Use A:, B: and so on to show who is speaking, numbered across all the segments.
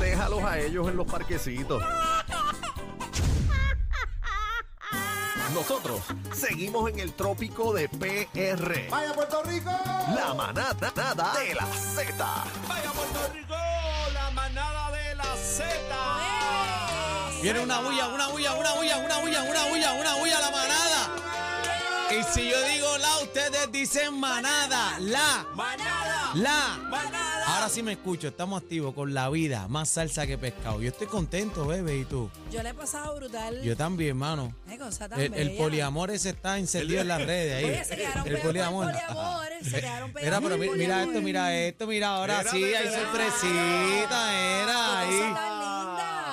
A: déjalos a ellos en los parquecitos. Nosotros seguimos en el trópico de PR.
B: ¡Vaya Puerto Rico!
A: La manada nada de la Z.
C: Vaya Puerto Rico, la manada de la Z.
D: Pues.
E: Viene una bulla, una bulla, una bulla, una bulla, una bulla, una bulla, la manada. Y si yo digo la, ustedes dicen manada, la,
C: Manada,
E: la.
C: manada.
E: Ahora sí me escucho, estamos activos con la vida, más salsa que pescado. Yo estoy contento, bebé, ¿y tú?
D: Yo le he pasado brutal.
E: Yo también, mano.
D: Ay, cosa tan
E: El, el
D: bella.
E: poliamor ese está encendido en las redes ahí.
D: Oye, se quedaron pegados por el poliamor, se quedaron pegados
E: Era,
D: por
E: pero
D: el
E: mi- mira
D: poliamor.
E: esto, mira esto, mira ahora
C: Mira,
E: sí,
C: mira,
E: hay
C: mira.
E: sorpresita, era
D: Qué cosa
E: ahí.
D: tan linda.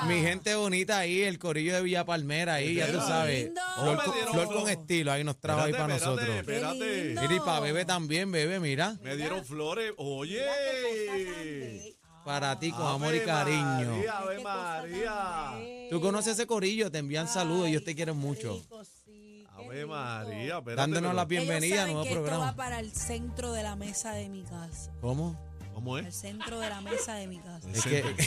E: Mi gente bonita ahí, el corillo de Villa Palmera ahí, ya tú
C: Mira.
E: sabes.
D: Lindo.
E: Flor,
C: No me
E: con-
C: dieron
E: Flor
C: flow.
E: con estilo, ahí nos trajo ahí
C: Espérate,
E: para
C: espérate,
E: nosotros.
D: Qué
C: Espérate.
D: lindo.
E: Mira, y para bebé también, bebé, mira.
C: Me dieron flores. Oye.
D: Mira qué cosa tan bella.
E: Para ti, con
C: Ave
E: amor y cariño.
C: Ah, María, Ave
D: Qué cosa tan
C: María.
D: bella.
E: Tú conoces ese corillo, te envían saludos, ellos te
D: Ay,
E: quieren
D: qué
E: mucho.
D: rico, sí, qué
C: Ave
D: rico.
C: María. espérate,
E: Dándonos
C: pero-
E: la bienvenida a
D: Ellos saben
E: nuevo
D: que Esto va
E: programa.
D: para el centro de la mesa de mi casa.
E: ¿Cómo?
C: ¿Cómo
D: Al
C: es?
D: centro de la mesa de mi casa.
C: El
E: Es que,
C: centro,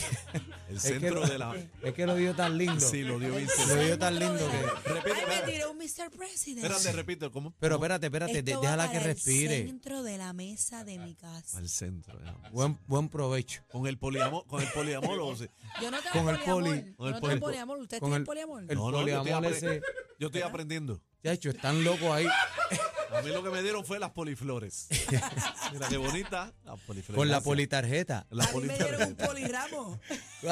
C: el
E: es que
C: centro
E: lo-
C: de la.
E: es que lo dio tan lindo.
C: Sí, lo dio
E: Lo
C: Vincent.
E: dio tan lindo que.
C: Repite,
D: Ay, me
C: espérate,
D: tiré un Mr. President.
C: espérate, repito. ¿Cómo?
E: Pero espérate, espérate, de-
D: Esto va
E: déjala que
D: para El
E: respire.
D: centro de la mesa de mi casa.
C: Al centro. déjame.
E: Buen, buen provecho.
C: Con el poliamor, con el poliamor. o sea,
D: Yo no tengo
E: Con el
D: poliamor.
E: poli-
C: con el
D: Yo no
C: poli-
D: tengo poliamor. ¿Usted
E: con
D: tiene
E: el-
D: poliamor?
E: el-
C: No, no, yo estoy,
E: poliamor
C: apre-
E: ese.
C: yo estoy aprendiendo.
E: Ya hecho, están locos ahí.
C: A mí lo que me dieron fue las poliflores. Mira qué bonita. Las poliflores.
E: Con la
C: Gracias.
E: politarjeta.
C: La
D: a mí me
C: poliflores.
D: dieron un poliramo.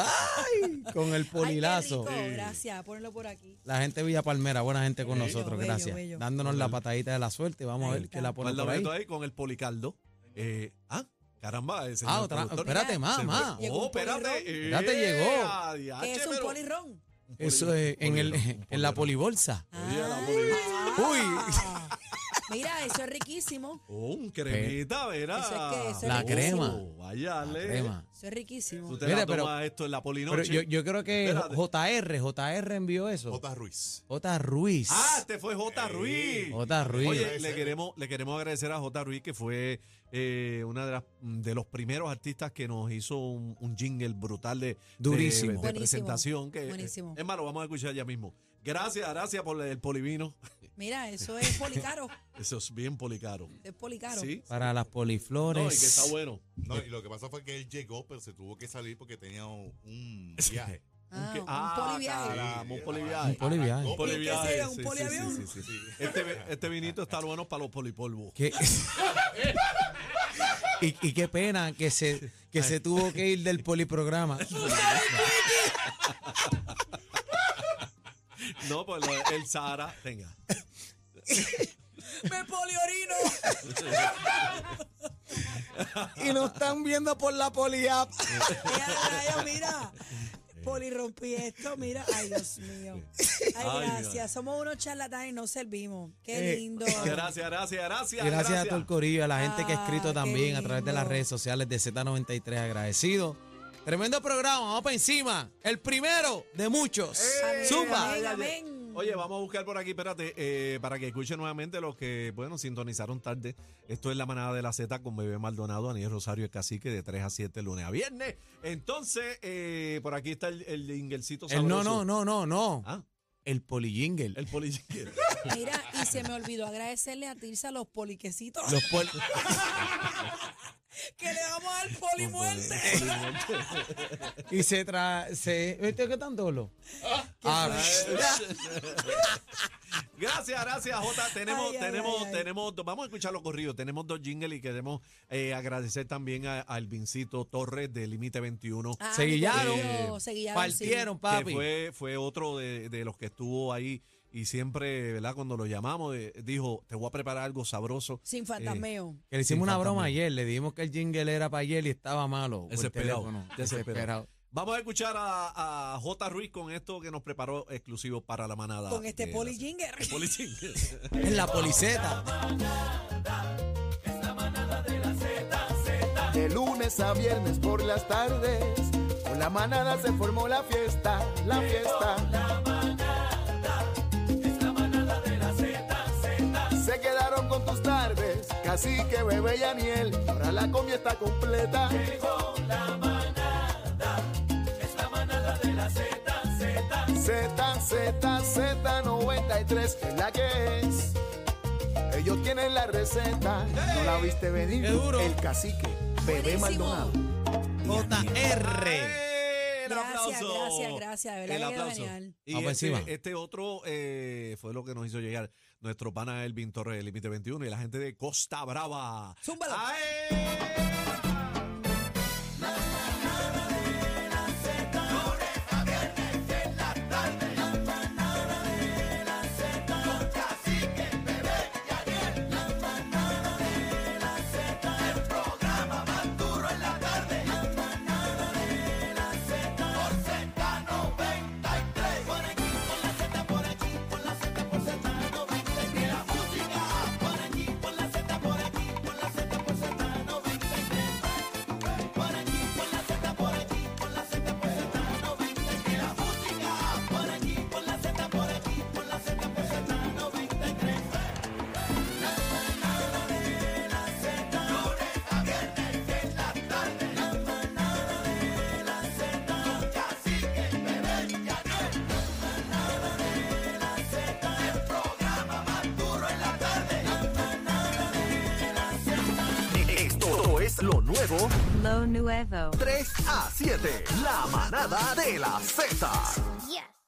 E: ¡Ay! Con el polilazo.
D: Ay, qué rico, gracias, ponlo por aquí.
E: La gente de Villa Palmera, buena gente con
D: Bello,
E: nosotros,
D: bello,
E: gracias.
D: bello.
E: Dándonos la patadita de la suerte. Vamos a
D: Ahí
E: ver
D: está.
E: qué la pone
C: Guarda
E: por ahí.
C: bonito ahí con el policaldo. Eh, ah, caramba. Ese
E: Ah, otra. Espérate, más, más.
D: Llegó
C: Oh,
D: un
C: espérate.
D: polirrón.
C: eh,
E: Espérate, llegó.
C: adiache,
D: ¿Qué es un
C: Ah, pero-
D: polirrón?
C: un
E: Eso
C: poli-
E: es en, el,
C: polirrón, un
E: en
C: polirrón.
E: la polibolsa.
C: Oye, la poli-
D: Ah. Mira, eso es riquísimo.
C: Oh, un cremita, verá. Oh,
D: Eso es que- eso es
E: La crema.
C: Vaya,
E: La
C: Ale.
E: crema.
D: Eso es riquísimo.
C: Tú te
E: Mira,
C: la
E: pero-
C: tomas esto en la polinoche.
E: Pero yo, yo creo que
C: Espérate.
E: JR, JR envió eso.
B: J. Ruiz.
E: J. Ruiz.
C: Ah, este fue J. Ruiz.
E: J. Ruiz.
C: Oye, le queremos, le queremos agradecer a J. Ruiz, que fue eh, una de, las, de los primeros artistas que nos hizo un, un jingle brutal de, de-
E: Durísimo.
C: de,
D: Buenísimo.
C: presentación. Que, eh,
D: Buenísimo.
C: Es más, lo vamos a escuchar ya mismo. Gracias, gracias por el polivino.
D: Mira, eso es policaro.
C: Eso es bien policaro.
D: Es policaro.
C: Sí.
E: Para las
C: No, y que
E: poliflores.
C: está bueno.
B: No, y lo que pasa fue que él llegó, pero se tuvo que salir porque tenía un viaje.
D: Ah,
C: que-
D: un
C: ah,
D: poliviaje.
C: caramba, un
E: Un
C: poliviaje.
E: poliviaje.
B: Un
C: Poliviaje,
D: ¿Qué será, un
C: sí, sí,
D: poliavión?
C: sí, sí, sí. Este, este vinito está bueno para los polipolvos.
E: ¿Qué? y, y qué pena que se, que se tuvo que ir del poliprograma.
C: No, pues lo- el Sahara, tenga.
D: ¡Me poliorino!
E: y nos están viendo por la poliapp.
D: Mira, rayo, mira. Polirrompí esto, mira. Ay, Dios mío.
C: Ay,
D: Ay,
C: Dios.
D: gracias. Somos unos charlatanes, no servimos.
E: Eh,
D: Qué lindo.
C: Gracias, gracias, gracias.
E: Gracias, a todo el corillo, a la gente que ha
D: Ah,
E: escrito
D: qué
E: también a través de las
D: lindo.
E: redes sociales de Z93. Agradecido. Tremendo programa, vamos para encima. El primero de muchos.
D: Amén,
E: Zumba.
D: amén, amén.
C: Oye, vamos a buscar por aquí, espérate, eh, para que escuchen nuevamente los que, bueno, sintonizaron tarde. Esto es La Manada de la Z con Bebé Maldonado, Aniel Rosario, el cacique, de 3 a 7, lunes a viernes. Entonces, eh, por aquí está el, el jinglecito
E: El Eh, no, no,
C: sabroso.
E: no, no, no.
C: Ah,
E: El polijingle.
C: el polijingle.
D: Mira, y se me olvidó agradecerle a Tirsa los poliquecitos
E: Los poli-
D: que le vamos al polimuerte.
E: y se trae. Se, ¿Viste qué tan dolo? Ah,
C: Gracias, gracias, Jota. Tenemos,
D: Ay, ay,
C: tenemos,
D: ay, ay.
C: tenemos, dos- vamos a escuchar los corridos. Tenemos dos jingles y queremos eh, agradecer también a- al Vincito Torres de Límite 21.
D: Ah,
E: Se guillaron.
D: Dios, se guillaron,
E: partieron,
C: Que
E: papi.
C: fue, fue otro de, de los que estuvo ahí y siempre, ¿verdad? Cuando lo llamamos, eh, dijo, te voy a preparar algo sabroso.
D: Sin fantasmeo.
E: Que le hicimos
C: Sí,
E: una broma
C: fantasma.
E: ayer, le dijimos que el jingle era para ayer y estaba malo. por
C: Desesperado,
E: teléfono.
C: desesperado. Vamos a escuchar a, a J. Ruiz con esto que nos preparó exclusivo para la manada.
D: con este
C: de la
D: poli
C: Z.
D: jinger.
C: El poli jingle.
E: En la policeta.
F: De lunes a viernes por las tardes, con la manada se formó la fiesta, la fiesta. La manada, es la manada de la Z, Se quedaron con tus tardes, cacique, bebé y Aniel, ahora la comida está completa. Llegó la manada, es la 3 es la que es. Ellos tienen la receta. No la viste venir.
E: ¡Qué duro!
F: El cacique, bebé
D: Buenísimo.
F: Maldonado.
E: JR.
C: ¡Eh, el
D: Gracias,
C: aplauso!
D: gracias, gracias, de verdad
C: El
D: que
C: aplauso.
D: genial.
C: Y
E: Vamos
C: este,
E: encima.
C: este otro eh, fue lo que nos hizo llegar nuestro pana Elvin Torres del Límite 21 y la gente de Costa Brava.
D: Zúmbalo.
C: ¡Ay!
A: Esto es lo nuevo
G: Lo nuevo.
A: 3 a 7. La manada de la Z.
G: Yes.